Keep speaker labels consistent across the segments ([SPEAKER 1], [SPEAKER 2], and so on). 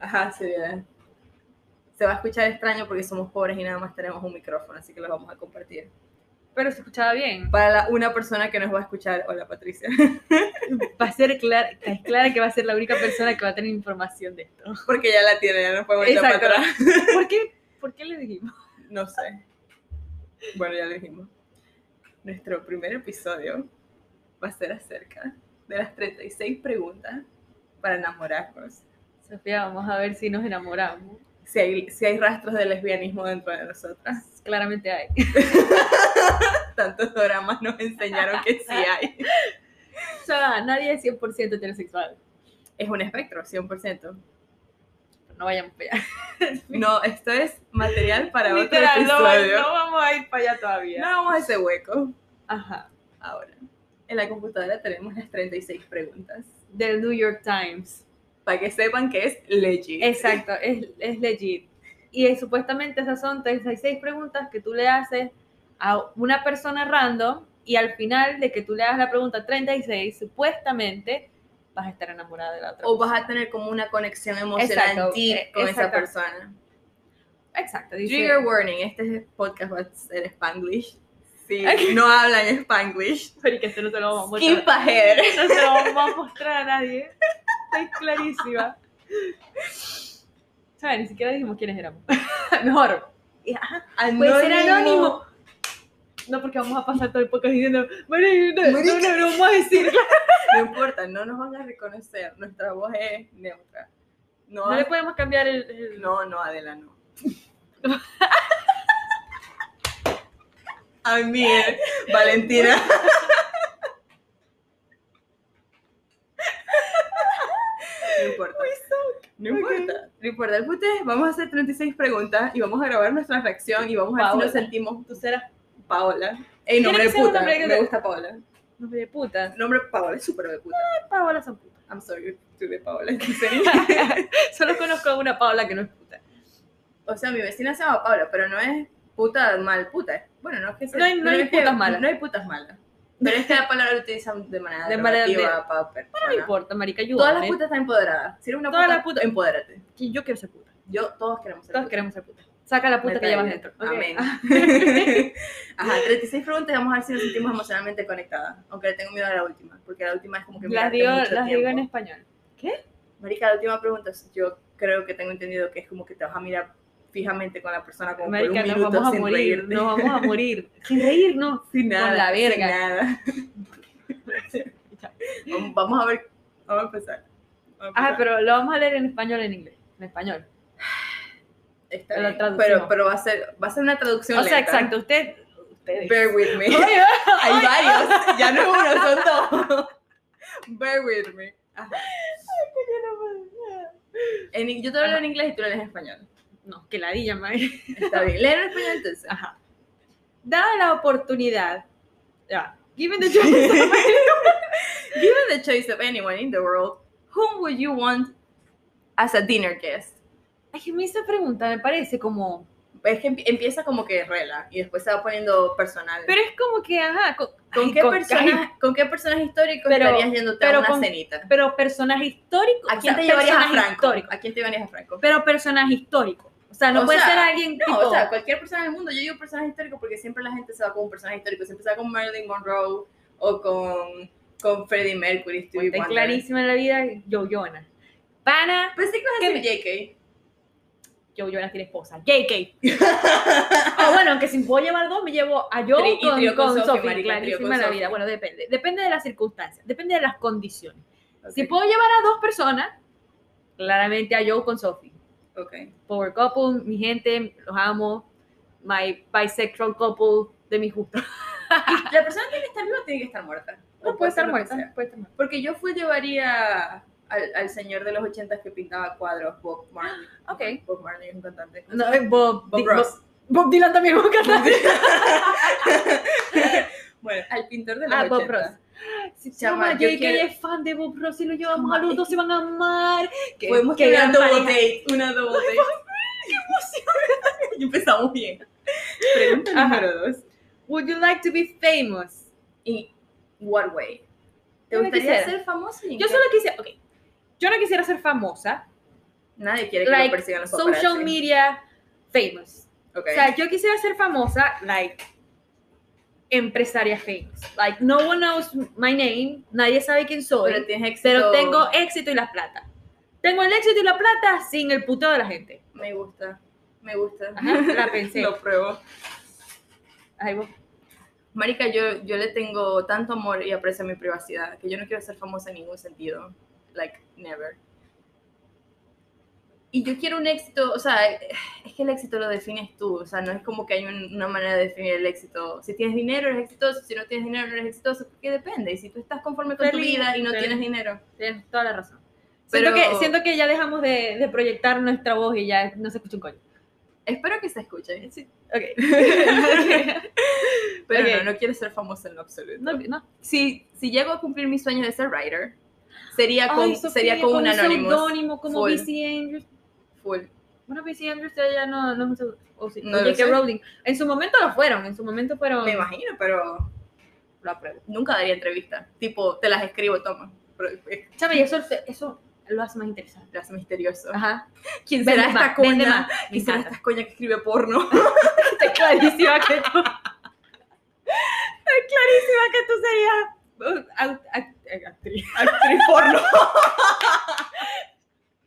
[SPEAKER 1] Ajá, sí, bien. Se va a escuchar extraño porque somos pobres y nada más tenemos un micrófono, así que lo vamos a compartir.
[SPEAKER 2] Pero se escuchaba bien.
[SPEAKER 1] Para la- una persona que nos va a escuchar, hola Patricia.
[SPEAKER 2] Va a ser clara, es clara que va a ser la única persona que va a tener información de esto.
[SPEAKER 1] Porque ya la tiene, ya no puede volver para
[SPEAKER 2] Exacto.
[SPEAKER 1] atrás.
[SPEAKER 2] ¿Por qué, por qué le dijimos?
[SPEAKER 1] No sé. Bueno, ya lo dijimos. Nuestro primer episodio va a ser acerca de las 36 preguntas para enamorarnos.
[SPEAKER 2] Sofía, vamos a ver si nos enamoramos.
[SPEAKER 1] Si hay, si hay rastros de lesbianismo dentro de nosotras.
[SPEAKER 2] Ah, Claramente hay.
[SPEAKER 1] Tantos dramas nos enseñaron que sí hay.
[SPEAKER 2] O sea, nadie es 100% heterosexual.
[SPEAKER 1] Es un espectro, 100%.
[SPEAKER 2] No vayamos para allá.
[SPEAKER 1] No, esto es material para otro
[SPEAKER 2] Literal, no, va-
[SPEAKER 1] episodio.
[SPEAKER 2] no vamos a ir para allá todavía.
[SPEAKER 1] No vamos a ese hueco.
[SPEAKER 2] Ajá.
[SPEAKER 1] Ahora, en la computadora tenemos las 36 preguntas.
[SPEAKER 2] Del New York Times.
[SPEAKER 1] Para que sepan que es legit.
[SPEAKER 2] Exacto, es, es legit. Y es- supuestamente esas son 36 preguntas que tú le haces a una persona random y al final de que tú le hagas la pregunta 36, supuestamente vas a estar enamorada de la otra.
[SPEAKER 1] O vas a tener como una conexión emocional
[SPEAKER 2] Exacto,
[SPEAKER 1] deep
[SPEAKER 2] eh,
[SPEAKER 1] con esa
[SPEAKER 2] exacto.
[SPEAKER 1] persona.
[SPEAKER 2] Exacto, dice.
[SPEAKER 1] Trigger warning, este podcast va a ser spanglish. Si
[SPEAKER 2] Ok.
[SPEAKER 1] no hablan spanglish,
[SPEAKER 2] Pero y que esto no se lo vamos a mostrar.
[SPEAKER 1] skip ahead.
[SPEAKER 2] No se lo vamos a mostrar a nadie. Estoy clarísima. ¿Sabes? Ni siquiera dijimos quiénes éramos. Mejor. Ajá, Puede ser Pues anónimo. No, porque vamos a pasar todo el podcast diciendo, bueno, no, no,
[SPEAKER 1] Marica.
[SPEAKER 2] no, no vamos a decir
[SPEAKER 1] No importa, no nos van a reconocer. Nuestra voz es neutra. No,
[SPEAKER 2] No le podemos cambiar el. el-
[SPEAKER 1] no, no, Adela, no. A mí, eh, Valentina. No importa. No
[SPEAKER 2] Ok.
[SPEAKER 1] importa. No importa. El punto es, vamos a hacer 36 preguntas y vamos a grabar nuestra reacción y vamos a ver si nos
[SPEAKER 2] Paola.
[SPEAKER 1] sentimos
[SPEAKER 2] Tú serás
[SPEAKER 1] Paola. Ey,
[SPEAKER 2] Tiene
[SPEAKER 1] nombre
[SPEAKER 2] que
[SPEAKER 1] de
[SPEAKER 2] ser un
[SPEAKER 1] puta.
[SPEAKER 2] nombre que
[SPEAKER 1] Me
[SPEAKER 2] te-
[SPEAKER 1] gusta Paola.
[SPEAKER 2] nombre de putas.
[SPEAKER 1] Nombre Paola es súper de puta.
[SPEAKER 2] Paola son putas.
[SPEAKER 1] I'm sorry to the Paola. en serio.
[SPEAKER 2] Solo conozco a una Paola que no es puta.
[SPEAKER 1] O sea, mi vecina se llama Paula, pero no es puta mal puta. Bueno, no es que se-
[SPEAKER 2] No hay- no hay
[SPEAKER 1] es que-
[SPEAKER 2] putas malas.
[SPEAKER 1] No hay putas malas. Pero es que la palabra la utilizan de manera
[SPEAKER 2] De manera de-
[SPEAKER 1] derogativa para personas.
[SPEAKER 2] No importa, marica, ayúdame.
[SPEAKER 1] Todas las putas están empoderadas. Si eres una
[SPEAKER 2] Todas
[SPEAKER 1] puta,
[SPEAKER 2] las putas-
[SPEAKER 1] empodérate.
[SPEAKER 2] Que Yo quiero ser puta.
[SPEAKER 1] Yo, todos queremos ser
[SPEAKER 2] Todos
[SPEAKER 1] putas.
[SPEAKER 2] queremos ser puta. Saca la puta
[SPEAKER 1] Me
[SPEAKER 2] que llevas
[SPEAKER 1] cae.
[SPEAKER 2] dentro.
[SPEAKER 1] Amén.
[SPEAKER 2] Ah,
[SPEAKER 1] Ajá, 36 preguntas y vamos a ver si nos sentimos emocionalmente conectadas. Aunque le tengo miedo a la última, porque la última es como que me
[SPEAKER 2] Las,
[SPEAKER 1] harta
[SPEAKER 2] digo,
[SPEAKER 1] mucho
[SPEAKER 2] las digo en este-
[SPEAKER 1] tiempo.
[SPEAKER 2] español.
[SPEAKER 1] Marica, la última pregunta, es- yo creo que tengo entendido que es como que te vas a mirar fijamente con la persona como por
[SPEAKER 2] Marica,
[SPEAKER 1] un
[SPEAKER 2] nos
[SPEAKER 1] minuto
[SPEAKER 2] vamos a
[SPEAKER 1] sin
[SPEAKER 2] morir.
[SPEAKER 1] reírte.
[SPEAKER 2] Nos vamos a morir. Sin reírnos.
[SPEAKER 1] Sin nada.
[SPEAKER 2] la
[SPEAKER 1] sin
[SPEAKER 2] verga.
[SPEAKER 1] nada. Vamos- Vamos a ver. Vamos a empezar. Vamos a
[SPEAKER 2] Ah,
[SPEAKER 1] empezar.
[SPEAKER 2] pero lo vamos a leer en español o en inglés. En español.
[SPEAKER 1] Está
[SPEAKER 2] la
[SPEAKER 1] bien,
[SPEAKER 2] traducimos.
[SPEAKER 1] pero, pero va, a ser, va a ser una traducción
[SPEAKER 2] O sea,
[SPEAKER 1] lenta.
[SPEAKER 2] exacto. Usted. Ustedes.
[SPEAKER 1] Bear with me.
[SPEAKER 2] Oye,
[SPEAKER 1] Hay varios. Ya no es uno, son dos. Bear with me. Ajá. En- yo te hablo
[SPEAKER 2] Ajá.
[SPEAKER 1] en inglés y tú lo lees en español.
[SPEAKER 2] No, que la di llamar.
[SPEAKER 1] Está bien. Léelo en español entonces.
[SPEAKER 2] Ajá. Dada la oportunidad. Ya. Given the choice.
[SPEAKER 1] Given the choice of anyone in the world, whom would you want as a dinner guest?
[SPEAKER 2] Ay, a mí esa pregunta me parece como.
[SPEAKER 1] Es que em- empieza como que rela y después se va poniendo personal.
[SPEAKER 2] Pero es como que, ajá. Con,
[SPEAKER 1] ¿Con
[SPEAKER 2] ay,
[SPEAKER 1] qué,
[SPEAKER 2] con-
[SPEAKER 1] personas, ¿Con qué personas históricos
[SPEAKER 2] Pero-
[SPEAKER 1] estarías yéndote
[SPEAKER 2] pero
[SPEAKER 1] a una
[SPEAKER 2] con-
[SPEAKER 1] cenita?
[SPEAKER 2] ay, pero personaje histórico.
[SPEAKER 1] ¿A
[SPEAKER 2] o
[SPEAKER 1] quién
[SPEAKER 2] sea,
[SPEAKER 1] te llevarías a
[SPEAKER 2] personaje
[SPEAKER 1] Franco?
[SPEAKER 2] histórico,
[SPEAKER 1] ¿A quién te llevarías a Franco?
[SPEAKER 2] Pero personaje histórico. O sea, no
[SPEAKER 1] O
[SPEAKER 2] puede
[SPEAKER 1] sea,
[SPEAKER 2] ser alguien
[SPEAKER 1] No,
[SPEAKER 2] tipo.
[SPEAKER 1] o sea, cualquier persona del mundo. Yo digo personaje histórico porque siempre la gente se va con un personaje histórico. Siempre se va con Marilyn Monroe o con, con Freddie Mercury. Stevie
[SPEAKER 2] está
[SPEAKER 1] Wonder.
[SPEAKER 2] clarísima en la vida, Joe Jonas. Pana,
[SPEAKER 1] Pensé que ibas a decir
[SPEAKER 2] Joe Jonas tiene esposa. JK. Ah, bueno, aunque si puedo llevar dos, me llevo a Joe
[SPEAKER 1] Tri- y
[SPEAKER 2] con,
[SPEAKER 1] trío con
[SPEAKER 2] con
[SPEAKER 1] Sophie,
[SPEAKER 2] Sophie,
[SPEAKER 1] marica, trío con
[SPEAKER 2] clarísima la
[SPEAKER 1] Sophie.
[SPEAKER 2] vida. Bueno, depende. Depende de las circunstancias, depende de las condiciones.
[SPEAKER 1] JK.
[SPEAKER 2] Si puedo llevar a dos personas, claramente a Joe con Sophie.
[SPEAKER 1] Ok.
[SPEAKER 2] Power couple, mi gente, los amo. My bisexual couple de mi justo.
[SPEAKER 1] La persona tiene que estar viva o tiene que estar muerta.
[SPEAKER 2] No
[SPEAKER 1] O
[SPEAKER 2] puede
[SPEAKER 1] ser
[SPEAKER 2] estar
[SPEAKER 1] lo que
[SPEAKER 2] muerta.
[SPEAKER 1] sea.
[SPEAKER 2] Puede estar muerta.
[SPEAKER 1] Porque yo fui llevaría al, al señor de los ochentas que pintaba cuadros, Bob Marley.
[SPEAKER 2] Ok.
[SPEAKER 1] Bob Marley es un cantante.
[SPEAKER 2] No, eh, Bob,
[SPEAKER 1] Bob
[SPEAKER 2] Di-
[SPEAKER 1] Ross.
[SPEAKER 2] Bob Dylan también es un cantante.
[SPEAKER 1] Bueno, al pintor de los
[SPEAKER 2] Ah, Bob
[SPEAKER 1] 80.
[SPEAKER 2] Ross. Si
[SPEAKER 1] Chama,
[SPEAKER 2] Chama,
[SPEAKER 1] yo
[SPEAKER 2] JK
[SPEAKER 1] quiero-
[SPEAKER 2] es fan de Bob Ross y lo llevamos a
[SPEAKER 1] Chama,
[SPEAKER 2] los
[SPEAKER 1] es
[SPEAKER 2] dos,
[SPEAKER 1] que-
[SPEAKER 2] se van a amar. Qué,
[SPEAKER 1] Podemos
[SPEAKER 2] qué
[SPEAKER 1] tener una
[SPEAKER 2] gran
[SPEAKER 1] double
[SPEAKER 2] pareja.
[SPEAKER 1] date. Una double date. ¡Qué emoción! y empezamos bien. Pregunta
[SPEAKER 2] Ajá.
[SPEAKER 1] número dos.
[SPEAKER 2] Would you like to be famous?
[SPEAKER 1] ¿Y what way? ¿Te
[SPEAKER 2] Yo no
[SPEAKER 1] gustaría
[SPEAKER 2] quisiera.
[SPEAKER 1] ser famoso? y en
[SPEAKER 2] Yo
[SPEAKER 1] qué-
[SPEAKER 2] solo quisiera, ok, yo no quisiera ser famosa,
[SPEAKER 1] Nadie quiere que
[SPEAKER 2] Like,
[SPEAKER 1] lo persigan los paparazzi.
[SPEAKER 2] Social media famous.
[SPEAKER 1] Ok.
[SPEAKER 2] O sea, yo quisiera ser famosa, like, empresaria famous. Like, no one knows my name, nadie sabe quién soy,
[SPEAKER 1] pero tienes éxito.
[SPEAKER 2] pero tengo éxito y la plata. Tengo el éxito y la plata sin el puteo de la gente.
[SPEAKER 1] Me gusta. Me gusta.
[SPEAKER 2] Ajá, la pensé.
[SPEAKER 1] lo pruebo.
[SPEAKER 2] Ay, vos.
[SPEAKER 1] Marica, yo, yo le tengo tanto amor y aprecio a mi privacidad que yo no quiero ser famosa en ningún sentido. Like, never. Y yo quiero un éxito, o sea, es que el éxito lo defines tú, o sea, no es como que hay un- una manera de definir el éxito. Si tienes dinero, eres exitoso, si no tienes dinero, no eres exitoso, porque depende. Y si tú estás conforme con
[SPEAKER 2] Feliz,
[SPEAKER 1] tu vida y no
[SPEAKER 2] feliz.
[SPEAKER 1] tienes dinero,
[SPEAKER 2] Tienes toda la razón.
[SPEAKER 1] Pero-
[SPEAKER 2] Siento, que, siento que ya dejamos de, de proyectar nuestra voz y ya no se escucha un coño.
[SPEAKER 1] espero que se escuche.
[SPEAKER 2] Ok.
[SPEAKER 1] Pero
[SPEAKER 2] Ok.
[SPEAKER 1] no, no quiero ser famosa en lo absoluto.
[SPEAKER 2] no, no.
[SPEAKER 1] Si, si llego a cumplir mis sueños de ser writer, sería con,
[SPEAKER 2] Ay, Sofía,
[SPEAKER 1] sería con, un Anonymous.
[SPEAKER 2] seudónimo, como
[SPEAKER 1] Full.
[SPEAKER 2] B.C. Andrews.
[SPEAKER 1] Full.
[SPEAKER 2] Bueno, B.C. Andrews ya no, no es un seu- o sí,
[SPEAKER 1] No
[SPEAKER 2] o
[SPEAKER 1] lo
[SPEAKER 2] J.K.
[SPEAKER 1] sé.
[SPEAKER 2] Rowling. En su momento lo fueron, en su momento fueron.
[SPEAKER 1] Me imagino, pero
[SPEAKER 2] Lo apruebo.
[SPEAKER 1] nunca daría entrevista. Tipo, te las escribo, toma. Pero, eh,
[SPEAKER 2] Chama, y eso, eso lo hace más interesante.
[SPEAKER 1] las misterioso.
[SPEAKER 2] Ajá.
[SPEAKER 1] ¿Quién
[SPEAKER 2] Vende
[SPEAKER 1] será esta
[SPEAKER 2] más, vende
[SPEAKER 1] coña?
[SPEAKER 2] más. Me
[SPEAKER 1] ¿Quién será
[SPEAKER 2] encanta.
[SPEAKER 1] esta coña que escribe porno?
[SPEAKER 2] Está clarísima que tú. Está clarísima que tú serías. uh, aut- act- eh, actriz.
[SPEAKER 1] Actriz porno.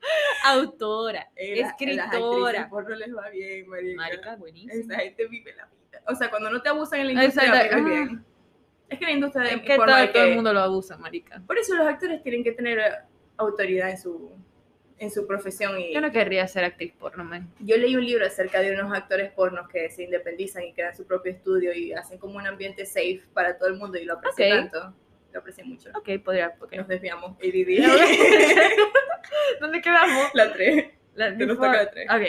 [SPEAKER 2] Autora,
[SPEAKER 1] Eh, la- Las actrices
[SPEAKER 2] escritora.
[SPEAKER 1] porno les va bien, marica.
[SPEAKER 2] Marica, buenísimo.
[SPEAKER 1] Esa gente vive la vida. O sea, cuando no te abusan en la
[SPEAKER 2] Exacto,
[SPEAKER 1] industria, vives
[SPEAKER 2] ah.
[SPEAKER 1] bien. Es que la industria de
[SPEAKER 2] Es que todo,
[SPEAKER 1] porno hay
[SPEAKER 2] todo el
[SPEAKER 1] que-
[SPEAKER 2] mundo lo abusa, marica.
[SPEAKER 1] Por eso los actores tienen que tener autoridad en su, en su profesión. Y
[SPEAKER 2] Yo no querría ser actriz porno, man.
[SPEAKER 1] yo leí un libro acerca de unos actores pornos que se independizan y crean su propio estudio y hacen como un ambiente safe para todo el mundo y lo aprecié
[SPEAKER 2] Ok.
[SPEAKER 1] tanto. Lo aprecié mucho.
[SPEAKER 2] Ok, podría. ok.
[SPEAKER 1] Nos desviamos. ADD.
[SPEAKER 2] ¿Dónde quedamos?
[SPEAKER 1] la 3.
[SPEAKER 2] La-
[SPEAKER 1] Que nos toca la tres.
[SPEAKER 2] Ok.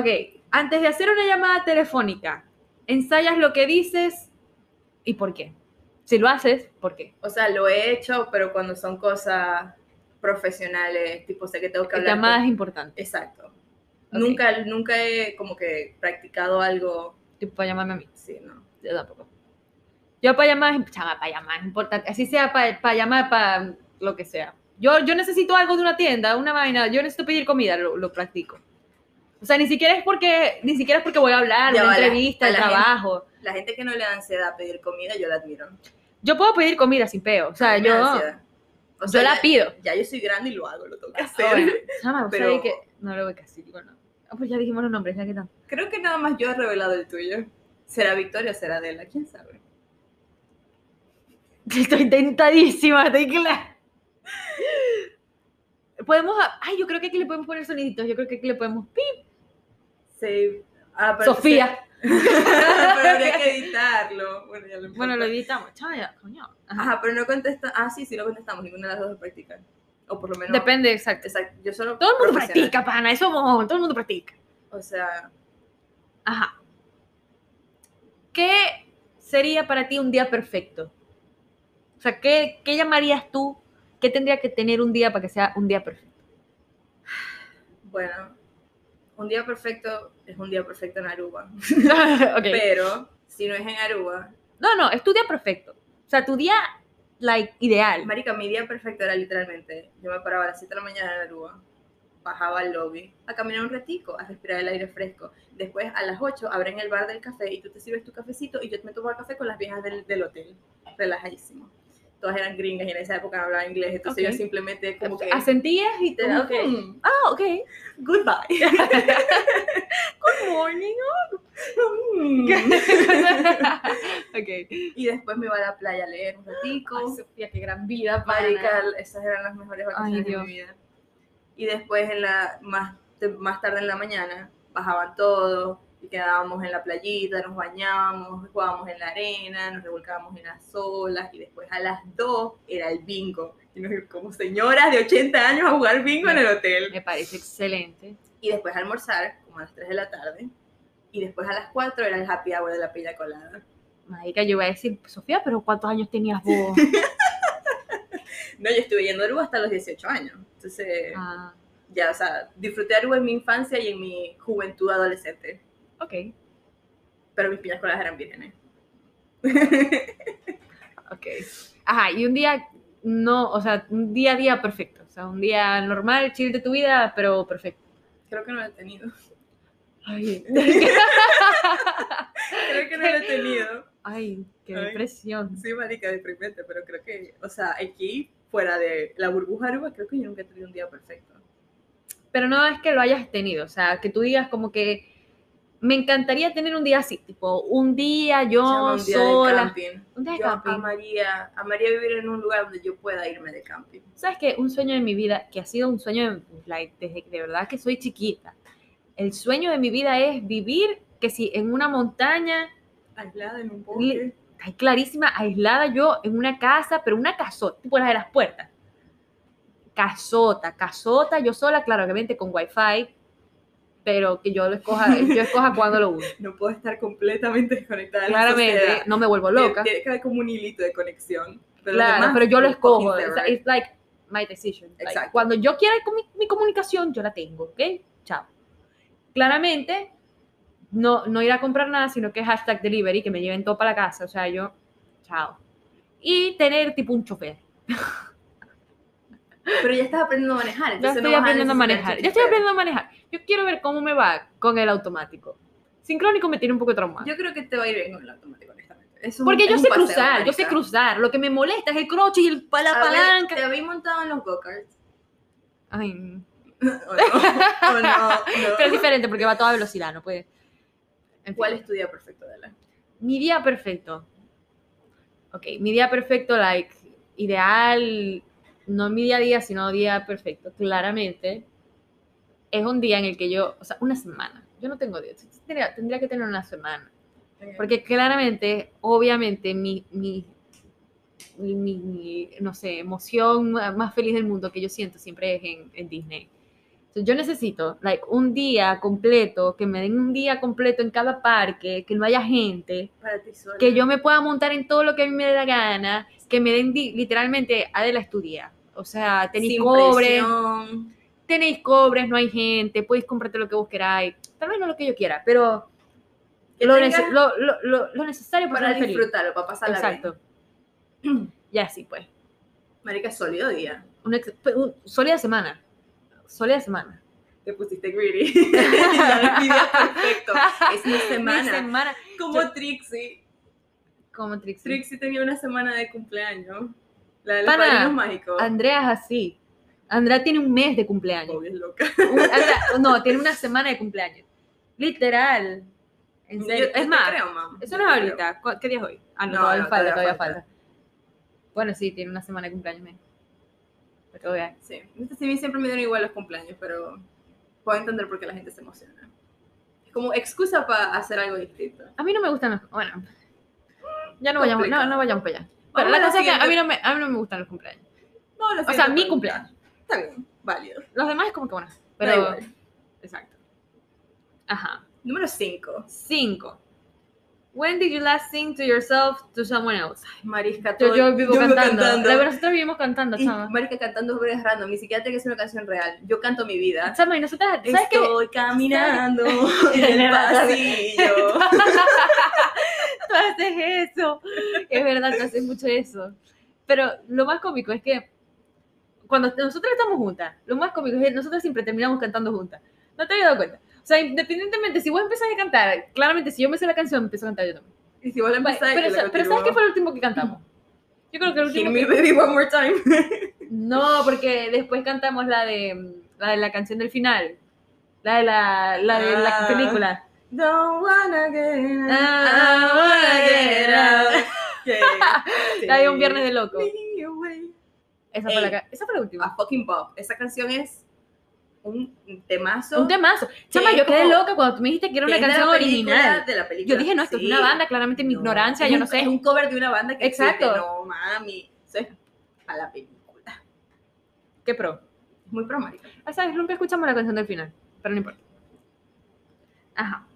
[SPEAKER 2] Ok, antes de hacer una llamada telefónica, ensayas lo que dices y por qué. Si lo haces, ¿por qué?
[SPEAKER 1] O sea, lo he hecho, pero cuando son cosas profesionales, tipo sé que tengo que hablar.
[SPEAKER 2] Llamadas
[SPEAKER 1] con-
[SPEAKER 2] importantes.
[SPEAKER 1] Exacto.
[SPEAKER 2] Ok.
[SPEAKER 1] Nunca, nunca he como que practicado algo.
[SPEAKER 2] Tipo, para llamarme a mí.
[SPEAKER 1] Sí, no.
[SPEAKER 2] Yo tampoco. Yo para llamadas, chama, para llamadas importantes. Así sea, para, llamar, para lo que sea. Yo, yo necesito algo de una tienda, una vaina. Yo necesito pedir comida, lo, lo practico. O sea, ni siquiera es porque, ni siquiera es porque voy a hablar, de
[SPEAKER 1] Ya va, la-
[SPEAKER 2] entrevista,
[SPEAKER 1] a
[SPEAKER 2] el
[SPEAKER 1] la gente-
[SPEAKER 2] trabajo.
[SPEAKER 1] La gente que no le da ansiedad pedir comida, yo la admiro.
[SPEAKER 2] Yo puedo pedir comida sin peo. O sea,
[SPEAKER 1] Me da
[SPEAKER 2] yo,
[SPEAKER 1] ansiedad. O
[SPEAKER 2] yo
[SPEAKER 1] sea,
[SPEAKER 2] la Ah,
[SPEAKER 1] ya-
[SPEAKER 2] pido.
[SPEAKER 1] Ya yo soy grande y lo hago, lo tengo que hacer.
[SPEAKER 2] Ahora, chama,
[SPEAKER 1] Pero-
[SPEAKER 2] pero... que no lo voy a decir, digo, no. Ah, pues ya dijimos los nombres, ya que no.
[SPEAKER 1] Creo que nada más yo he revelado el tuyo. ¿Será Victoria o será Adela? ¿Quién sabe?
[SPEAKER 2] Estoy tentadísima, estoy clara. Podemos, a- ay, yo creo que aquí le podemos poner soniditos, yo creo que aquí le podemos, ¡pip!
[SPEAKER 1] Sí. Ah, pero-
[SPEAKER 2] Sofía.
[SPEAKER 1] pero habría que editarlo. Bueno, ya lo
[SPEAKER 2] Bueno,
[SPEAKER 1] importa.
[SPEAKER 2] lo editamos, chama, ya, coño. Ajá.
[SPEAKER 1] Ajá, pero no contesta. Ah, sí, sí lo contestamos. Ninguna de las dos lo practica. O por lo menos.
[SPEAKER 2] Depende, exacto.
[SPEAKER 1] Exacto. Yo solo.
[SPEAKER 2] Todo el mundo
[SPEAKER 1] profesional.
[SPEAKER 2] practica, pana, eso mojón, todo el mundo practica.
[SPEAKER 1] O sea,
[SPEAKER 2] Ajá. ¿Qué sería para ti un día perfecto? O sea, ¿qué, qué llamarías tú? ¿Qué tendría que tener un día para que sea un día perfecto?
[SPEAKER 1] bueno. Un día perfecto es un día perfecto en Aruba.
[SPEAKER 2] Ok.
[SPEAKER 1] Pero si no es en Aruba,
[SPEAKER 2] No, no, es tu día perfecto. O sea, tu día, like, ideal.
[SPEAKER 1] Marica, mi día perfecto era literalmente, yo me paraba a las 7 de la mañana en Aruba, bajaba al lobby a caminar un ratico, a respirar el aire fresco. Después a las 8 abren el bar del café y tú te sirves tu cafecito y yo me tomo el café con las viejas del, del hotel, relajadísimo. Todas eran gringas y en esa época no hablaba inglés, entonces
[SPEAKER 2] Ok.
[SPEAKER 1] yo simplemente como que...
[SPEAKER 2] Asentías y te
[SPEAKER 1] como
[SPEAKER 2] da,
[SPEAKER 1] que,
[SPEAKER 2] ok.
[SPEAKER 1] "Mm,
[SPEAKER 2] Ah, ok.
[SPEAKER 1] Goodbye.
[SPEAKER 2] Good morning.
[SPEAKER 1] Mm.
[SPEAKER 2] ok.
[SPEAKER 1] y después me iba a la playa a leer un ratico.
[SPEAKER 2] Ay, Sofía, qué gran vida, pana.
[SPEAKER 1] Marica, esas eran las mejores vacaciones
[SPEAKER 2] Ay,
[SPEAKER 1] de mi vida. Y después, en la, más, te- más tarde en la mañana, bajaban todos y quedábamos en la playita, nos bañábamos, jugábamos en la arena, nos revolcábamos en las olas y después a las 2 era el bingo. Y nos íbamos como señoras de 80 años a jugar bingo en el hotel.
[SPEAKER 2] Me parece excelente.
[SPEAKER 1] Y después almorzar, como a las 3 de la tarde. Y después a las 4 era el happy hour de la pilla colada.
[SPEAKER 2] Marica, yo iba a decir, Sofía, pero ¿cuántos años tenías vos?
[SPEAKER 1] No, yo estuve yendo a Aruba hasta los 18 años. Entonces...
[SPEAKER 2] ah,
[SPEAKER 1] ya, o sea, disfruté Aruba en mi infancia y en mi juventud adolescente,
[SPEAKER 2] ok.
[SPEAKER 1] pero mis piñas coladas eran vírgenes.
[SPEAKER 2] Ok. Ajá, y un día, no, o sea, un día a día perfecto. sea, un día normal, chill de tu vida, pero perfecto.
[SPEAKER 1] Creo que no lo he tenido.
[SPEAKER 2] Ay,
[SPEAKER 1] Creo que no lo he tenido.
[SPEAKER 2] ay, qué
[SPEAKER 1] Ay.
[SPEAKER 2] depresión.
[SPEAKER 1] Sí, marica, deprimente, pero creo que, o sea, aquí, fuera de la burbuja aruba, creo que yo nunca he tenido un día perfecto.
[SPEAKER 2] Pero no es que lo hayas tenido, o sea, que tú digas como que me encantaría tener un día así, tipo un día
[SPEAKER 1] Chama,
[SPEAKER 2] yo
[SPEAKER 1] un día de
[SPEAKER 2] sola,
[SPEAKER 1] camping.
[SPEAKER 2] un día de
[SPEAKER 1] Yo
[SPEAKER 2] camping.
[SPEAKER 1] amaría, amaría vivir en un lugar donde yo pueda irme de camping.
[SPEAKER 2] ¿Sabes qué? Un sueño de mi vida, que ha sido un sueño de, like, desde que de verdad que soy chiquita. El sueño de mi vida es vivir, que si en una montaña,
[SPEAKER 1] Aislada en un
[SPEAKER 2] bosque. ay, clarísima, aislada yo, en una casa, pero una casota, tipo las de las puertas. Casota, casota, yo sola, claro, obviamente con wifi, pero que yo lo escoja, yo escoja cuando lo uso.
[SPEAKER 1] No puedo estar completamente desconectada de la
[SPEAKER 2] Claramente,
[SPEAKER 1] sociedad.
[SPEAKER 2] no me vuelvo loca.
[SPEAKER 1] Tiene, tiene que haber como un hilito de conexión. Pero
[SPEAKER 2] claro,
[SPEAKER 1] además,
[SPEAKER 2] pero yo lo
[SPEAKER 1] fucking
[SPEAKER 2] escojo. o sea,
[SPEAKER 1] separate.
[SPEAKER 2] It's like my decision. Like,
[SPEAKER 1] Exacto.
[SPEAKER 2] cuando yo quiera con mi, mi comunicación, yo la tengo, ¿ok? Chao. Claramente, no, no ir a comprar nada, sino que hashtag delivery, que me lleven todo para la casa. O sea, yo, chao. Y tener tipo un chofer.
[SPEAKER 1] Pero ya estás aprendiendo a manejar.
[SPEAKER 2] Yo
[SPEAKER 1] entonces
[SPEAKER 2] estoy
[SPEAKER 1] no vas
[SPEAKER 2] aprendiendo
[SPEAKER 1] necesitar
[SPEAKER 2] a manejar.
[SPEAKER 1] chichis,
[SPEAKER 2] Yo estoy
[SPEAKER 1] pero-
[SPEAKER 2] aprendiendo a manejar. Yo quiero ver cómo me va con el automático. Sincrónico me tiene un poco traumado.
[SPEAKER 1] Yo creo que te va a ir bien con el automático, honestamente. Es un-
[SPEAKER 2] Porque
[SPEAKER 1] es
[SPEAKER 2] yo
[SPEAKER 1] un
[SPEAKER 2] sé
[SPEAKER 1] paseo,
[SPEAKER 2] cruzar, yo sé
[SPEAKER 1] marica.
[SPEAKER 2] cruzar. Lo que me molesta es el croche y el, pa- la
[SPEAKER 1] A ver,
[SPEAKER 2] palanca.
[SPEAKER 1] ¿Te habéis montado en los go-karts?
[SPEAKER 2] Ay,
[SPEAKER 1] ¿O no? ¿O no? No.
[SPEAKER 2] Pero es diferente porque va a toda velocidad, no puede. En fin.
[SPEAKER 1] ¿Cuál es tu día perfecto, Dela?
[SPEAKER 2] Mi día perfecto. Ok, mi día perfecto, like, ideal, no mi día a día, sino día perfecto, claramente, es un día en el que yo, o sea, una semana. Yo no tengo día, tendría, tendría que tener una semana. Porque claramente, obviamente, mi, mi, mi- mi, no sé, emoción ma- más feliz del mundo que yo siento siempre es en, en Disney. Entonces, yo necesito, like, un día completo, que me den un día completo en cada parque, que no haya gente,
[SPEAKER 1] Para ti sola.
[SPEAKER 2] que yo me pueda montar en todo lo que a mí me dé la gana, que me den di- literalmente a de la estudia. O sea, tenéis
[SPEAKER 1] Sin
[SPEAKER 2] cobre,
[SPEAKER 1] presión.
[SPEAKER 2] tenéis cobres, no hay gente, podéis comprarte lo que vos queráis, tal vez no lo que yo quiera, pero
[SPEAKER 1] Que
[SPEAKER 2] lo,
[SPEAKER 1] tengas
[SPEAKER 2] nece- lo, lo- lo- lo necesario para,
[SPEAKER 1] para
[SPEAKER 2] ser feliz.
[SPEAKER 1] disfrutarlo, para pasarla bien.
[SPEAKER 2] Exacto. Y así pues.
[SPEAKER 1] Marica, sólido día.
[SPEAKER 2] Una ex- fue un- sólida semana. Sólida semana.
[SPEAKER 1] Te pusiste greedy. Ya no es mi día perfecto. Es mi
[SPEAKER 2] Mi
[SPEAKER 1] semana.
[SPEAKER 2] semana.
[SPEAKER 1] Como Trixie.
[SPEAKER 2] Como Trixie.
[SPEAKER 1] Trixie tenía una semana de cumpleaños. La de los
[SPEAKER 2] Pana,
[SPEAKER 1] padrinos mágicos.
[SPEAKER 2] Andrea es así. Andrea tiene un mes de cumpleaños.
[SPEAKER 1] Obvio, es loca.
[SPEAKER 2] Un- Andrea- no, tiene una semana de cumpleaños. Literal. En
[SPEAKER 1] Yo-
[SPEAKER 2] serio.
[SPEAKER 1] yo
[SPEAKER 2] es
[SPEAKER 1] te
[SPEAKER 2] más,
[SPEAKER 1] creo, mam.
[SPEAKER 2] eso
[SPEAKER 1] Yo
[SPEAKER 2] no
[SPEAKER 1] te creo.
[SPEAKER 2] es ahorita. ¿Cu- ¿Qué día es hoy? Ah, no,
[SPEAKER 1] No,
[SPEAKER 2] todavía
[SPEAKER 1] no,
[SPEAKER 2] falta,
[SPEAKER 1] todavía
[SPEAKER 2] todavía
[SPEAKER 1] falta.
[SPEAKER 2] falta. Bueno, sí, tiene una semana de cumpleaños menos. Pero todavía-
[SPEAKER 1] Sí. Viste, sí, a mí siempre me dieron igual los cumpleaños, pero puedo entender por qué la gente se emociona. Es como excusa para hacer algo distinto.
[SPEAKER 2] A mí no me gustan los. Bueno. Ya no vayamos, no,
[SPEAKER 1] Complicado.
[SPEAKER 2] no vayamos para allá. Pero
[SPEAKER 1] Vamos a
[SPEAKER 2] la
[SPEAKER 1] la
[SPEAKER 2] cosa es que a mí,
[SPEAKER 1] siguiente.
[SPEAKER 2] no me, a mí no me gustan los cumpleaños.
[SPEAKER 1] Vamos a la
[SPEAKER 2] O sea,
[SPEAKER 1] siguiente
[SPEAKER 2] mi
[SPEAKER 1] pregunta.
[SPEAKER 2] cumpleaños.
[SPEAKER 1] Está bien, válido.
[SPEAKER 2] Los demás es como que bueno.
[SPEAKER 1] Da
[SPEAKER 2] Pero.
[SPEAKER 1] igual.
[SPEAKER 2] Exacto. Ajá.
[SPEAKER 1] Número 5.
[SPEAKER 2] Cinco. When did you last sing to yourself to someone else?
[SPEAKER 1] Marisca,
[SPEAKER 2] Yo,
[SPEAKER 1] todo-
[SPEAKER 2] yo vivo cantando. La verdad, nosotros vivimos cantando,
[SPEAKER 1] Y
[SPEAKER 2] chama.
[SPEAKER 1] Marica cantando breves random, ni siquiera tiene que ser una canción real. Yo canto mi vida.
[SPEAKER 2] Chama, y nosotras, ¿sabes qué?
[SPEAKER 1] Estoy caminando en el pasillo.
[SPEAKER 2] tú haces eso. Es verdad, tú haces mucho eso. Pero lo más cómico es que cuando nosotras estamos juntas, lo más cómico es que nosotras siempre terminamos cantando juntas. ¿No te habías dado cuenta? O sea, independientemente, si vos empezás a cantar, claramente si yo me sé la canción, empiezo a cantar yo también.
[SPEAKER 1] Y si vos la
[SPEAKER 2] Pero,
[SPEAKER 1] empezáis, yo la
[SPEAKER 2] sa- pero ¿sabes qué
[SPEAKER 1] continúo.
[SPEAKER 2] fue el último que cantamos? Yo creo que el
[SPEAKER 1] Hit
[SPEAKER 2] último...
[SPEAKER 1] me baby one more time.
[SPEAKER 2] No, porque después cantamos la de la, de la canción del final. La de la, la, de la
[SPEAKER 1] Ah.
[SPEAKER 2] película.
[SPEAKER 1] Don't wanna get out.
[SPEAKER 2] Ah, wanna get out.
[SPEAKER 1] Okay.
[SPEAKER 2] La de un viernes de loco.
[SPEAKER 1] Me away.
[SPEAKER 2] Esa fue,
[SPEAKER 1] Ey.
[SPEAKER 2] la, ca- esa fue la última.
[SPEAKER 1] A fucking pop. Esa canción es un temazo.
[SPEAKER 2] Un temazo. Chama,
[SPEAKER 1] es
[SPEAKER 2] yo quedé
[SPEAKER 1] como-
[SPEAKER 2] loca cuando tú me dijiste que era
[SPEAKER 1] que
[SPEAKER 2] una
[SPEAKER 1] es de la
[SPEAKER 2] canción
[SPEAKER 1] película-
[SPEAKER 2] original.
[SPEAKER 1] De la película.
[SPEAKER 2] Yo dije, no, esto
[SPEAKER 1] Sí.
[SPEAKER 2] es una banda, claramente mi
[SPEAKER 1] No,
[SPEAKER 2] ignorancia,
[SPEAKER 1] es
[SPEAKER 2] yo
[SPEAKER 1] un-
[SPEAKER 2] no sé.
[SPEAKER 1] Es un cover de una banda que existe.
[SPEAKER 2] Exacto.
[SPEAKER 1] No, mami. Eso es a la película.
[SPEAKER 2] ¿Qué pro?
[SPEAKER 1] Es muy promática.
[SPEAKER 2] Ah, sabes, nunca escuchamos la canción del final, pero no importa. Ajá.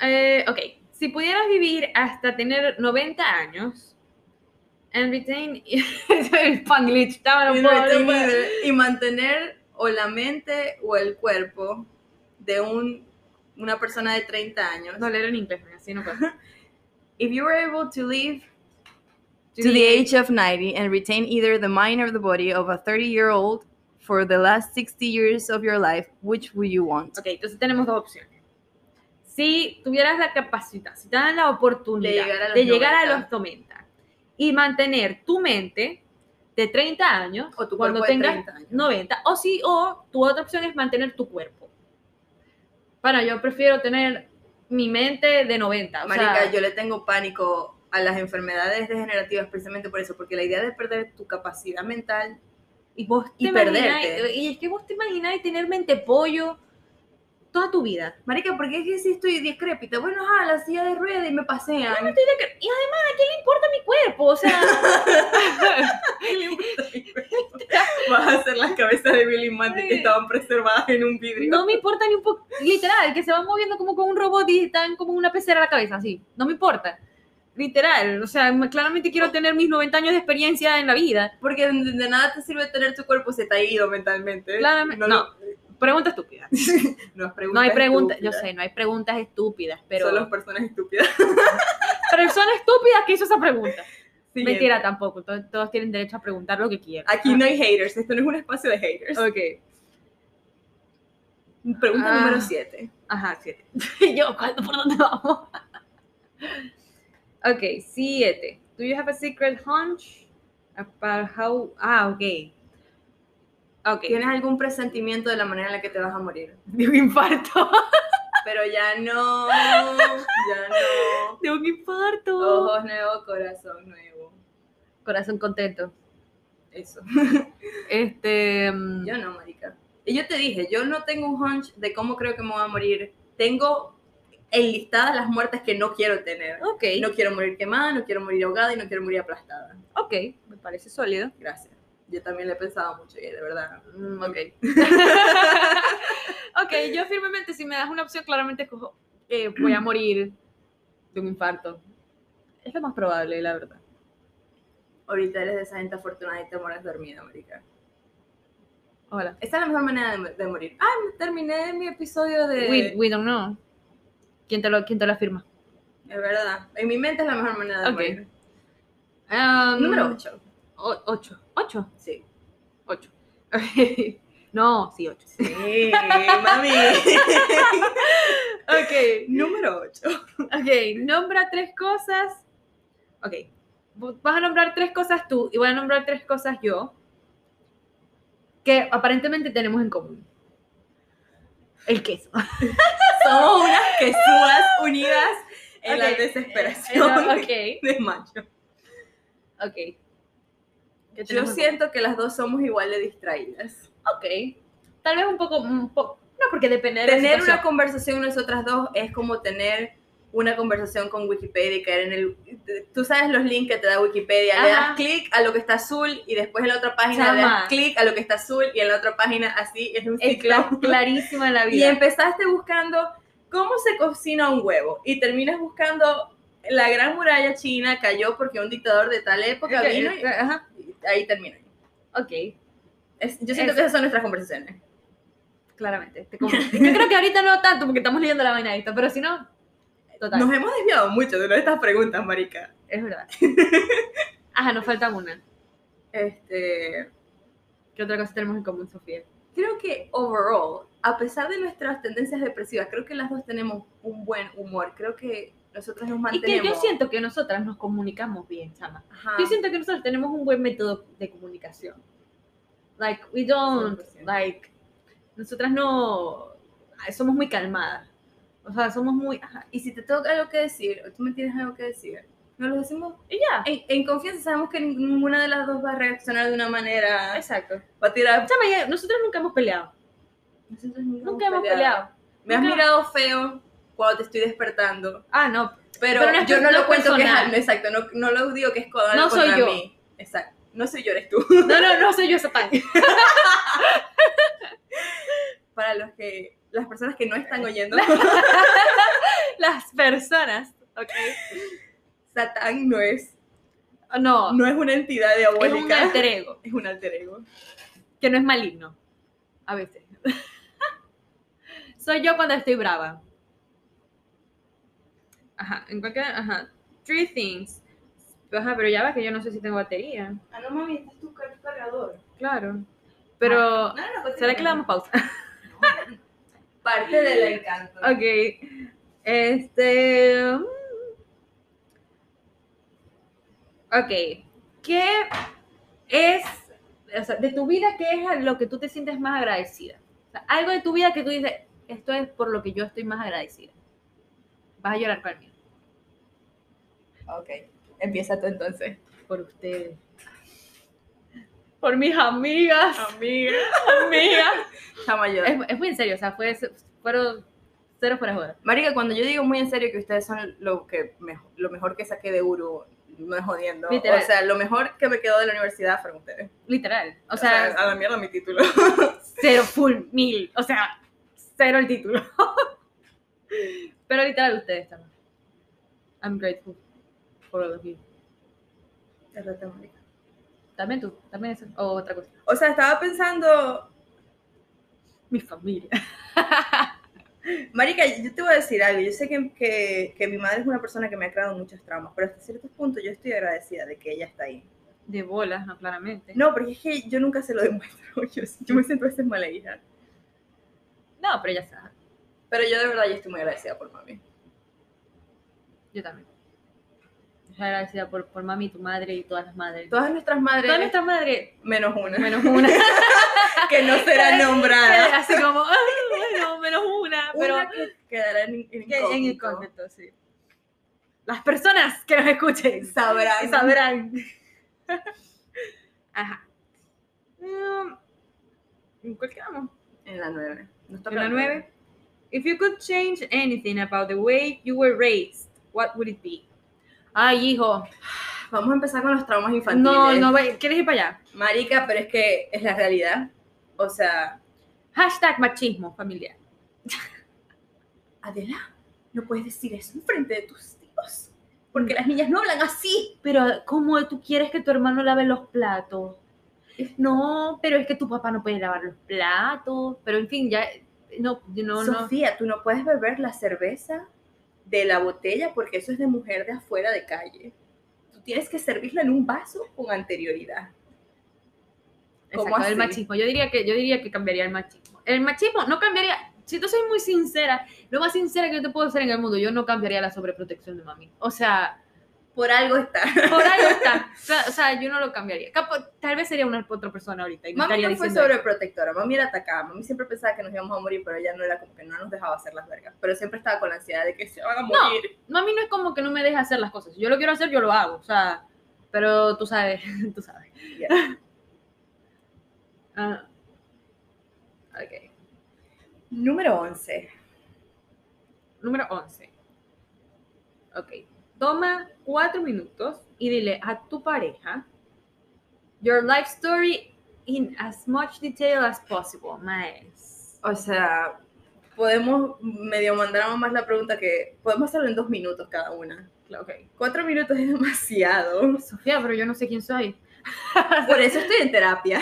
[SPEAKER 2] Eh, ok, si pudieras vivir hasta tener 90 años and retain... el Spanglish, estaba no
[SPEAKER 1] y,
[SPEAKER 2] puedo hablar.
[SPEAKER 1] retener-
[SPEAKER 2] pues.
[SPEAKER 1] y mantener o la mente o el cuerpo de un, una persona de 30 años.
[SPEAKER 2] No, leer en inglés, así no puedo.
[SPEAKER 1] If you were able to live to the age of 90 and retain either the mind or the body of a 30 year old for the last 60 years of your life, which would you want?
[SPEAKER 2] Ok, entonces tenemos dos opciones. Si tuvieras la capacidad, si te dan la oportunidad de llegar a los, 90. y mantener tu mente de 30 años
[SPEAKER 1] O tu
[SPEAKER 2] cuando
[SPEAKER 1] cuerpo de
[SPEAKER 2] tengas
[SPEAKER 1] 30 años.
[SPEAKER 2] 90, o si, o tu otra opción es mantener tu cuerpo. Para, yo prefiero tener mi mente de 90. o
[SPEAKER 1] Marica,
[SPEAKER 2] sea,
[SPEAKER 1] yo le tengo pánico a las enfermedades degenerativas precisamente por eso, porque la idea de perder tu capacidad mental
[SPEAKER 2] y vos
[SPEAKER 1] y
[SPEAKER 2] te imagináis-
[SPEAKER 1] perderte.
[SPEAKER 2] y es que vos te imagináis tener mente pollo toda tu vida.
[SPEAKER 1] Marica, ¿por qué es que si estoy discrépita? Bueno, ajá, la silla de ruedas y me pasean.
[SPEAKER 2] No estoy de acuerdo. Y además, ¿a quién le importa mi cuerpo? O sea,
[SPEAKER 1] Vas a hacer las cabezas de Billy Mandy que
[SPEAKER 2] Sí.
[SPEAKER 1] estaban preservadas en un vidrio.
[SPEAKER 2] no me importa ni un poco. Literal, que se van moviendo como con un robot y están como una pecera a la cabeza, así. No me importa. Literal, o sea, claramente quiero tener mis 90 años de experiencia en la vida.
[SPEAKER 1] Porque de, de nada te sirve tener tu cuerpo se te ha ido mentalmente. ¿eh?
[SPEAKER 2] Claramente-
[SPEAKER 1] No,
[SPEAKER 2] no. Pregunta estúpida.
[SPEAKER 1] no es pregunta
[SPEAKER 2] No hay preguntas, yo
[SPEAKER 1] estúpida.
[SPEAKER 2] sé, no hay preguntas estúpidas, pero
[SPEAKER 1] Son las personas estúpidas.
[SPEAKER 2] personas estúpidas que hizo esa pregunta.
[SPEAKER 1] Siguiente.
[SPEAKER 2] Mentira tampoco, to- todos tienen derecho a preguntar lo que quieran.
[SPEAKER 1] Aquí no hay haters, esto no es un espacio de haters.
[SPEAKER 2] Ok,
[SPEAKER 1] Pregunta
[SPEAKER 2] Ah.
[SPEAKER 1] número 7.
[SPEAKER 2] ajá, siete. Y yo, ¿cuándo, por dónde vamos? ok, siete. Do you have a secret hunch about how... Ah, ok. Ok.
[SPEAKER 1] ¿Tienes algún presentimiento de la manera en la que te vas a morir?
[SPEAKER 2] De un infarto.
[SPEAKER 1] Pero ya no, ya no.
[SPEAKER 2] De un infarto.
[SPEAKER 1] Ojos nuevos, corazón nuevo.
[SPEAKER 2] Corazón contento.
[SPEAKER 1] Eso.
[SPEAKER 2] Este... mm,
[SPEAKER 1] Yo no, marica. Y yo te dije, yo no tengo un hunch de cómo creo que me voy a morir. Tengo enlistadas las muertes que no quiero tener.
[SPEAKER 2] Ok,
[SPEAKER 1] No quiero morir quemada, no quiero morir ahogada y no quiero morir aplastada.
[SPEAKER 2] ok, me parece sólido.
[SPEAKER 1] Gracias. Yo también le he pensado mucho y de verdad. mm,
[SPEAKER 2] ok. ok, yo firmemente, si me das una opción, claramente escojo que voy a morir de un infarto. Es lo más probable, la verdad.
[SPEAKER 1] Ahorita eres de esa gente afortunada y te mueres dormida, marica.
[SPEAKER 2] Hola.
[SPEAKER 1] Esa es la mejor manera de, de morir. Ah, terminé mi episodio de...
[SPEAKER 2] We, we don't know. ¿Quién te lo, quién te lo afirma?
[SPEAKER 1] Es verdad. En mi mente es la mejor manera de
[SPEAKER 2] Ok.
[SPEAKER 1] morir.
[SPEAKER 2] Ah,
[SPEAKER 1] Número 8.
[SPEAKER 2] 8. 8.
[SPEAKER 1] Sí.
[SPEAKER 2] 8. no, sí, 8.
[SPEAKER 1] Sí, mami.
[SPEAKER 2] Ok.
[SPEAKER 1] Número 8.
[SPEAKER 2] Ok, nombra tres cosas. Ok, v- vas a nombrar tres cosas tú y voy a nombrar tres cosas yo que aparentemente tenemos en común. El queso.
[SPEAKER 1] Somos unas quesudas unidas en la
[SPEAKER 2] Ok. Eh,
[SPEAKER 1] desesperación
[SPEAKER 2] ok,
[SPEAKER 1] de mayo.
[SPEAKER 2] ok. ¿Qué
[SPEAKER 1] Yo
[SPEAKER 2] tenemos en
[SPEAKER 1] siento que las dos somos igual de distraídas.
[SPEAKER 2] común? Ok. Tal vez un poco, un po- no, porque depende de la
[SPEAKER 1] Tener una
[SPEAKER 2] situación.
[SPEAKER 1] conversación nosotras dos es como tener una conversación con Wikipedia y caer en el... Tú sabes los links que te da Wikipedia. Le
[SPEAKER 2] Ajá.
[SPEAKER 1] das clic a lo que está azul y después en la otra página le
[SPEAKER 2] Chama.
[SPEAKER 1] das clic a lo que está azul y en la otra página así es un
[SPEAKER 2] Es
[SPEAKER 1] ciclo.
[SPEAKER 2] cla- clarísima en la
[SPEAKER 1] y
[SPEAKER 2] vida.
[SPEAKER 1] empezaste buscando cómo se cocina un huevo y terminas buscando la gran muralla china cayó porque un dictador de tal época
[SPEAKER 2] Ok,
[SPEAKER 1] vino
[SPEAKER 2] eh, ajá,
[SPEAKER 1] y, y ahí termina.
[SPEAKER 2] ok.
[SPEAKER 1] Es- yo siento
[SPEAKER 2] Es-
[SPEAKER 1] que esas son nuestras conversaciones.
[SPEAKER 2] Claramente. te compro. Yo creo que ahorita no tanto porque estamos leyendo la vaina esta, pero si no, total.
[SPEAKER 1] Nos hemos desviado mucho de estas preguntas, marica.
[SPEAKER 2] Es verdad. Ajá, nos falta una.
[SPEAKER 1] Este,
[SPEAKER 2] ¿Qué otra cosa tenemos en común, Sofía?
[SPEAKER 1] creo que overall, a pesar de nuestras tendencias depresivas, creo que las dos tenemos un buen humor. Creo que nosotros nos
[SPEAKER 2] Y
[SPEAKER 1] mantenemos.
[SPEAKER 2] que yo siento que nosotras nos comunicamos bien, chama.
[SPEAKER 1] Ajá.
[SPEAKER 2] Yo siento que nosotros tenemos un buen método de comunicación. Like, we don't,
[SPEAKER 1] 100%.
[SPEAKER 2] like, nosotras no, ay, somos muy calmadas. O sea, somos muy, ajá,
[SPEAKER 1] Y si te tengo algo que decir, o tú me tienes algo que decir, nos lo decimos
[SPEAKER 2] y ya.
[SPEAKER 1] En, en confianza sabemos que ninguna de las dos va a reaccionar de una manera.
[SPEAKER 2] Exacto.
[SPEAKER 1] Va a tirar.
[SPEAKER 2] Chama, ya, nosotras nunca hemos peleado.
[SPEAKER 1] Nosotros
[SPEAKER 2] Nunca hemos peleado.
[SPEAKER 1] Me has
[SPEAKER 2] Nunca-
[SPEAKER 1] mirado feo cuando te estoy despertando.
[SPEAKER 2] Ah, no.
[SPEAKER 1] Pero,
[SPEAKER 2] Pero no es
[SPEAKER 1] yo no
[SPEAKER 2] per- no
[SPEAKER 1] lo
[SPEAKER 2] es
[SPEAKER 1] cuento que es
[SPEAKER 2] personal.
[SPEAKER 1] no, exacto. No, no lo digo que es cuando
[SPEAKER 2] No soy yo.
[SPEAKER 1] mí. Exacto. No soy yo, eres tú.
[SPEAKER 2] No, no, no soy yo Satán.
[SPEAKER 1] Para los que. Las personas que no están oyendo,
[SPEAKER 2] Las personas, ¿ok?
[SPEAKER 1] Satán no es,
[SPEAKER 2] Oh, No,
[SPEAKER 1] no es una entidad
[SPEAKER 2] es un
[SPEAKER 1] diabólica.
[SPEAKER 2] alter ego.
[SPEAKER 1] Es un alter ego.
[SPEAKER 2] que no es maligno. A veces. Soy yo cuando estoy brava. Ajá, en cualquier. Ajá. Three things Pero, ajá, pero ya ves que yo no sé si tengo batería.
[SPEAKER 1] Ah, no, mami, este es tu car- cargador.
[SPEAKER 2] Claro. Pero,
[SPEAKER 1] No, no, no,
[SPEAKER 2] ¿será que le damos pausa?
[SPEAKER 1] Parte del encanto.
[SPEAKER 2] ok. Este. mm. Ok. ¿Qué es. o sea, de tu vida, qué es a lo que tú te sientes más agradecida? O sea, algo de tu vida que tú dices, esto es por lo que yo estoy más agradecida. Vas a llorar conmigo.
[SPEAKER 1] Ok, empieza tú entonces.
[SPEAKER 2] Por ustedes. Por mis amigas.
[SPEAKER 1] Amiga.
[SPEAKER 2] Amigas.
[SPEAKER 1] Chama yo.
[SPEAKER 2] Es, es muy en serio, o sea, fue, fueron cero fuera de joda.
[SPEAKER 1] Marica, cuando yo digo muy en serio que ustedes son lo, que me- lo mejor que saqué de Uru, no es jodiendo.
[SPEAKER 2] Literal.
[SPEAKER 1] O sea, lo mejor que me quedó de la universidad fueron ustedes.
[SPEAKER 2] Literal. O sea,
[SPEAKER 1] a la mierda mi título.
[SPEAKER 2] cero full mil. O sea, cero el título. Pero literal ustedes también. I'm grateful for all of you. También tú, también eso. O otra cosa.
[SPEAKER 1] O sea, estaba pensando,
[SPEAKER 2] Mi familia.
[SPEAKER 1] Marica, yo te voy a decir algo. Yo sé que, que- que mi madre es una persona que me ha creado muchos traumas, pero hasta cierto punto yo estoy agradecida de que ella está ahí.
[SPEAKER 2] De bolas, no, claramente.
[SPEAKER 1] No, porque es que yo nunca se lo demuestro. Yo, yo me siento a veces mala hija.
[SPEAKER 2] No, pero ya sabes.
[SPEAKER 1] Pero yo de verdad yo estoy muy agradecida por mami.
[SPEAKER 2] Yo también. Estoy agradecida por, por mami, tu madre y todas las madres.
[SPEAKER 1] Todas nuestras madres,
[SPEAKER 2] Todas nuestras madres,
[SPEAKER 1] menos una,
[SPEAKER 2] menos una.
[SPEAKER 1] que no será nombrada.
[SPEAKER 2] Así como, "Ay, bueno, menos una. Pero
[SPEAKER 1] Una que quedará en, en
[SPEAKER 2] Que en el
[SPEAKER 1] incógnito.
[SPEAKER 2] contexto, sí. Las personas que nos escuchen
[SPEAKER 1] Sabrán.
[SPEAKER 2] sabrán. Ajá. Mm, ¿En cuál quedamos?
[SPEAKER 1] En la 9. Nos toca
[SPEAKER 2] En la nueve. If you could change anything about the way you were raised, what would it be? Ay, hijo.
[SPEAKER 1] Vamos a empezar con los traumas infantiles.
[SPEAKER 2] No, no, ve- ¿quieres ir para allá?
[SPEAKER 1] Marica, pero es que es la realidad. O sea,
[SPEAKER 2] Hashtag machismo familiar.
[SPEAKER 1] Adela, no puedes decir eso en frente de tus tíos. Porque las niñas no hablan así.
[SPEAKER 2] Pero, ¿cómo tú quieres que tu hermano lave los platos? No, pero es que tu papá no puede lavar los platos. Pero, en fin, ya. No, no, no.
[SPEAKER 1] Sofía, tú no puedes beber la cerveza de la botella porque eso es de mujer de afuera de calle. Tú tienes que servirla en un vaso con anterioridad. ¿Cómo
[SPEAKER 2] Exacto, el
[SPEAKER 1] así?
[SPEAKER 2] machismo. Yo diría que yo diría que cambiaría el machismo. El machismo no cambiaría. Si tú soy muy sincera, lo más sincera que yo te puedo ser en el mundo, yo no cambiaría la sobreprotección de mami. O sea,
[SPEAKER 1] Por algo está.
[SPEAKER 2] por algo está. O sea, yo no lo cambiaría. Capo- tal vez sería una otra persona ahorita. Y me
[SPEAKER 1] Mami
[SPEAKER 2] estaría
[SPEAKER 1] no fue
[SPEAKER 2] diciendo,
[SPEAKER 1] sobreprotectora, mami era atacada, mami siempre pensaba que nos íbamos a morir, pero ella no era como que no nos dejaba hacer las vergas, pero siempre estaba con la ansiedad de que se van a morir.
[SPEAKER 2] mami no es como que no me deja hacer las cosas. Si yo lo quiero hacer, yo lo hago. O sea, pero tú sabes, tú sabes.
[SPEAKER 1] Ya.
[SPEAKER 2] Ah. Ok.
[SPEAKER 1] Número 11.
[SPEAKER 2] Número 11. Ok. Toma cuatro minutos y dile a tu pareja your life story in as much detail as possible. Nice.
[SPEAKER 1] O sea, podemos medio mandar a más la pregunta que podemos hacerlo en dos minutos cada una.
[SPEAKER 2] Ok.
[SPEAKER 1] Cuatro minutos es demasiado.
[SPEAKER 2] Sofía, pero yo no sé quién soy.
[SPEAKER 1] Por eso estoy en terapia.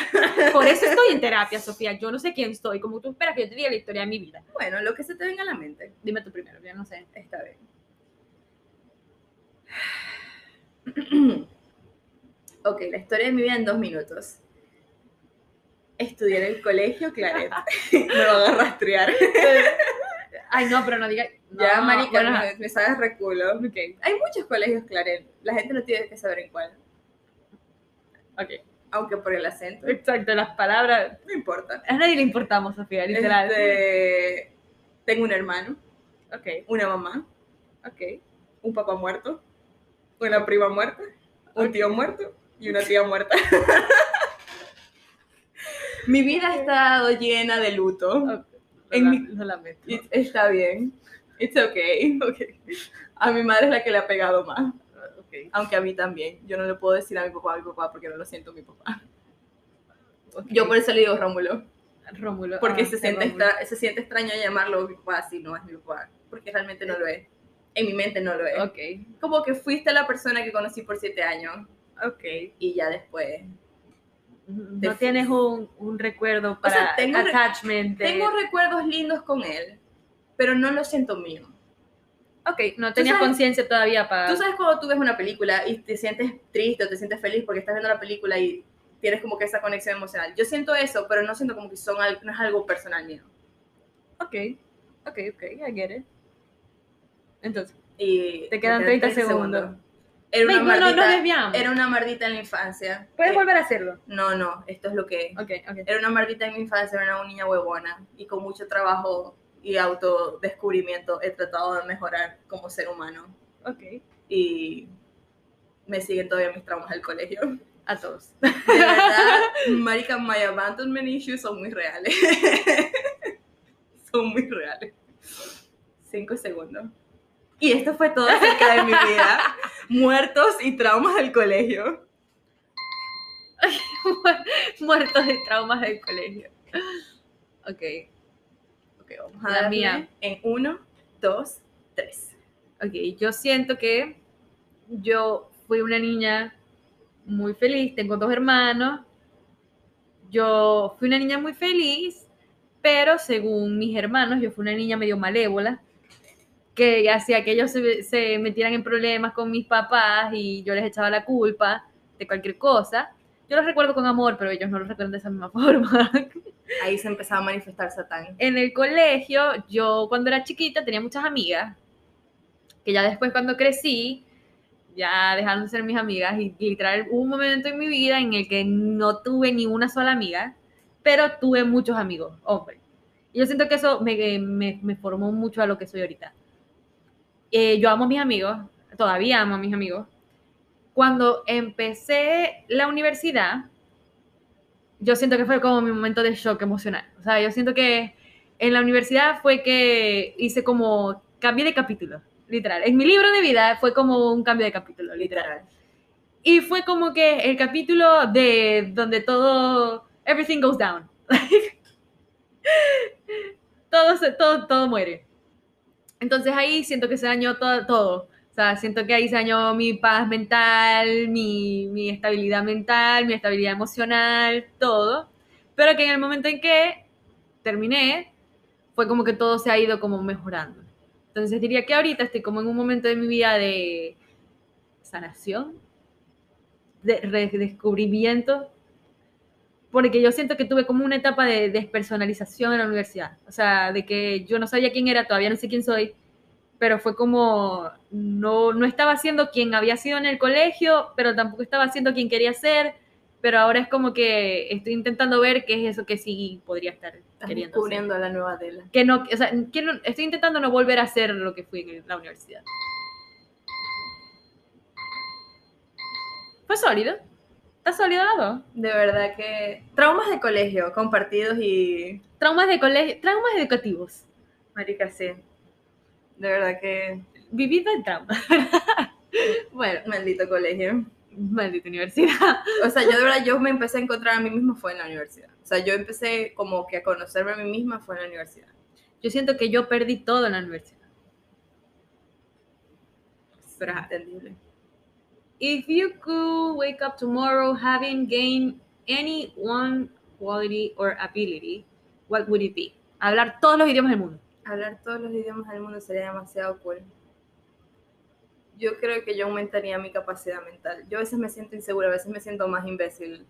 [SPEAKER 2] Por eso estoy en terapia, Sofía. Yo no sé quién soy. Como tú esperas que yo te diga la historia de mi vida.
[SPEAKER 1] Bueno, lo que se te venga a la mente.
[SPEAKER 2] Dime tú primero, yo no sé.
[SPEAKER 1] Está bien. Ok, la historia de mi vida en dos minutos. Estudié en el colegio Claret. Me van a rastrear.
[SPEAKER 2] Ay, no, pero no digas.
[SPEAKER 1] ya,
[SPEAKER 2] no,
[SPEAKER 1] marica,
[SPEAKER 2] bueno,
[SPEAKER 1] me, me sabes reculo. Hay muchos colegios Claret. La gente no tiene que saber en cuál.
[SPEAKER 2] ok, ok.
[SPEAKER 1] Aunque por el acento.
[SPEAKER 2] Exacto, las palabras.
[SPEAKER 1] No importa.
[SPEAKER 2] A nadie le importamos, Sofía, literal.
[SPEAKER 1] Este, tengo un hermano,
[SPEAKER 2] Ok,
[SPEAKER 1] una mamá,
[SPEAKER 2] ok.
[SPEAKER 1] un papá muerto, una prima muerta, un tío muerto y una tía muerta. Mi vida ha estado llena de luto. En
[SPEAKER 2] Lo-
[SPEAKER 1] mi-
[SPEAKER 2] lo lamento.
[SPEAKER 1] It- está bien. It's okay. A mi madre es la que le ha pegado más,
[SPEAKER 2] Ok,
[SPEAKER 1] aunque a mí también. Yo no le puedo decir a mi papá a mi papá porque no lo siento a mi papá.
[SPEAKER 2] ok.
[SPEAKER 1] Yo por eso le digo Rómulo.
[SPEAKER 2] Rómulo.
[SPEAKER 1] porque
[SPEAKER 2] ah,
[SPEAKER 1] se,
[SPEAKER 2] sí,
[SPEAKER 1] siente
[SPEAKER 2] Rómulo.
[SPEAKER 1] extra- se siente extraño llamarlo mi papá si no es mi papá, porque realmente no lo es. En mi mente no lo es.
[SPEAKER 2] Ok,
[SPEAKER 1] Como que fuiste la persona que conocí por siete años
[SPEAKER 2] ok.
[SPEAKER 1] y ya después.
[SPEAKER 2] No tienes un, un recuerdo
[SPEAKER 1] sea,
[SPEAKER 2] para
[SPEAKER 1] tengo re-
[SPEAKER 2] attachment. de-
[SPEAKER 1] Tengo recuerdos lindos con él, pero no lo siento mío.
[SPEAKER 2] Ok, no tenías
[SPEAKER 1] sabes-
[SPEAKER 2] conciencia todavía para...
[SPEAKER 1] Tú sabes cuando tú ves una película y te sientes triste o te sientes feliz porque estás viendo la película y tienes como que esa conexión emocional. Yo siento eso, pero no siento como que son, al- no es algo personal mío.
[SPEAKER 2] Ok, ok, ok, I get it. Entonces,
[SPEAKER 1] Y
[SPEAKER 2] Te quedan 30 segundos.
[SPEAKER 1] Era una,
[SPEAKER 2] Babe, no, no,
[SPEAKER 1] mardita,
[SPEAKER 2] nos desviamos.
[SPEAKER 1] era una mardita en la infancia.
[SPEAKER 2] Puedes
[SPEAKER 1] Eh,
[SPEAKER 2] volver a hacerlo.
[SPEAKER 1] No, no, esto es lo que es.
[SPEAKER 2] Ok, ok.
[SPEAKER 1] Era una mardita en mi infancia, era una niña huevona y con mucho trabajo y autodescubrimiento he tratado de mejorar como ser humano
[SPEAKER 2] Ok.
[SPEAKER 1] y me siguen todavía mis traumas del colegio.
[SPEAKER 2] A todos.
[SPEAKER 1] De verdad, marica, my abandonment issues son muy reales. son muy reales. Cinco segundos. Y esto fue todo acerca de mi vida. Muertos y traumas del colegio.
[SPEAKER 2] Muertos de traumas del colegio. Ok.
[SPEAKER 1] Ok, vamos a
[SPEAKER 2] La
[SPEAKER 1] darle
[SPEAKER 2] mía.
[SPEAKER 1] en uno, dos, tres.
[SPEAKER 2] Ok, yo siento que yo fui una niña muy feliz, tengo dos hermanos, yo fui una niña muy feliz, pero según mis hermanos, yo fui una niña medio malévola, que hacía que ellos se, se metieran en problemas con mis papás y yo les echaba la culpa de cualquier cosa. Yo los recuerdo con amor, pero ellos no los recuerdan de esa misma forma.
[SPEAKER 1] Ahí se empezaba a manifestar Satán.
[SPEAKER 2] en el colegio, yo cuando era chiquita tenía muchas amigas, que ya después cuando crecí, ya dejaron de ser mis amigas y literal hubo un momento en mi vida en el que no tuve ni una sola amiga, pero tuve muchos amigos, hombres. Y yo siento que eso me, eh, me- me formó mucho a lo que soy ahorita. Eh, yo amo a mis amigos, todavía amo a mis amigos. Cuando empecé la universidad, yo siento que fue como mi momento de shock emocional. O sea, yo siento que en la universidad fue que hice como cambié de capítulo, literal. En mi libro de vida fue como un cambio de capítulo, literal.
[SPEAKER 1] Literal.
[SPEAKER 2] Y fue como que el capítulo de donde todo, everything goes down. todo, se- todo, todo muere. Entonces ahí siento que se dañó todo, todo. O sea, siento que ahí se dañó mi paz mental, mi, mi estabilidad mental, mi estabilidad emocional, todo. Pero que en el momento en que terminé, fue como que todo se ha ido como mejorando. Entonces diría que ahorita estoy como en un momento de mi vida de sanación, de redescubrimiento, porque yo siento que tuve como una etapa de despersonalización en la universidad, o sea, de que yo no sabía quién era, todavía no sé quién soy, pero fue como, no, no estaba siendo quien había sido en el colegio, pero tampoco estaba siendo quien quería ser, pero ahora es como que estoy intentando ver qué es eso que sí podría estar
[SPEAKER 1] Estás
[SPEAKER 2] queriendo ser.
[SPEAKER 1] descubriendo a la nueva Adela.
[SPEAKER 2] Que no, o sea, que no- estoy intentando no volver a hacer lo que fui en la universidad. Fue sólido. Está sólido las dos.
[SPEAKER 1] De verdad que. Traumas de colegio compartidos y.
[SPEAKER 2] Traumas de colegio, traumas educativos.
[SPEAKER 1] Marica, sí. De verdad que.
[SPEAKER 2] Vivid el trauma. bueno,
[SPEAKER 1] Maldito colegio.
[SPEAKER 2] maldita universidad.
[SPEAKER 1] O sea, yo de verdad, yo me empecé a encontrar a mí misma fue en la universidad. O sea, yo empecé como que a conocerme a mí misma fue en la universidad.
[SPEAKER 2] Yo siento que yo perdí todo en la universidad.
[SPEAKER 1] Pero es entendible.
[SPEAKER 2] If you could wake up tomorrow having gained any one quality or ability, what would it be? Hablar todos los idiomas del mundo.
[SPEAKER 1] Hablar todos los idiomas del mundo sería demasiado cool. Yo creo que yo aumentaría mi capacidad mental. Yo a veces me siento insegura, a veces me siento más imbécil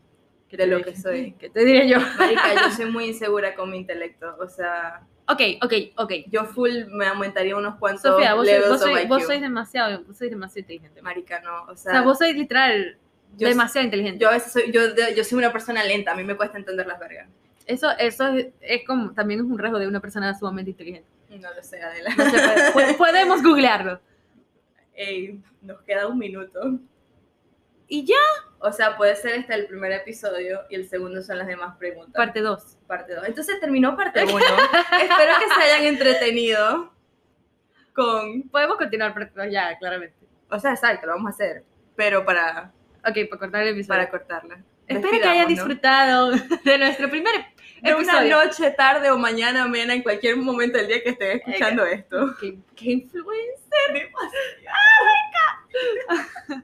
[SPEAKER 2] ¿Qué
[SPEAKER 1] de
[SPEAKER 2] te
[SPEAKER 1] lo
[SPEAKER 2] dije?
[SPEAKER 1] que soy.
[SPEAKER 2] ¿Qué te diré yo?
[SPEAKER 1] Marica, yo soy muy insegura con mi intelecto. O sea,
[SPEAKER 2] Ok, ok, ok.
[SPEAKER 1] yo full me aumentaría unos cuantos
[SPEAKER 2] Sofía, vos, sois,
[SPEAKER 1] levels
[SPEAKER 2] vos,
[SPEAKER 1] of
[SPEAKER 2] sois,
[SPEAKER 1] IQ.
[SPEAKER 2] vos sois demasiado, vos sois demasiado inteligente.
[SPEAKER 1] Marica, no. O sea,
[SPEAKER 2] O sea, vos sois literal
[SPEAKER 1] yo,
[SPEAKER 2] demasiado inteligente.
[SPEAKER 1] yo a veces soy, yo, yo soy una persona lenta, a mí me cuesta entender las vergas.
[SPEAKER 2] eso eso es, es como, también es un rasgo de una persona sumamente inteligente.
[SPEAKER 1] No lo sé, Adela.
[SPEAKER 2] No se puede- po- podemos googlearlo.
[SPEAKER 1] Ey, nos queda un minuto.
[SPEAKER 2] Y ya,
[SPEAKER 1] O sea, puede ser este el primer episodio y el segundo son las demás preguntas.
[SPEAKER 2] parte 2.
[SPEAKER 1] parte 2. Entonces terminó parte 1. Espero que se hayan entretenido con...
[SPEAKER 2] Podemos continuar parte 2 ya, claramente.
[SPEAKER 1] O sea, exacto, lo vamos a hacer. Pero para,
[SPEAKER 2] Ok, para cortar el episodio.
[SPEAKER 1] para cortarla.
[SPEAKER 2] Espero que hayan
[SPEAKER 1] Despidámonos.
[SPEAKER 2] disfrutado de nuestro primer ep-
[SPEAKER 1] De una
[SPEAKER 2] episodio.
[SPEAKER 1] noche, tarde o mañana, amena, en cualquier momento del día que estén escuchando esto.
[SPEAKER 2] ¿Qué, qué influencia?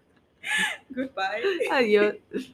[SPEAKER 1] Goodbye.
[SPEAKER 2] Adiós.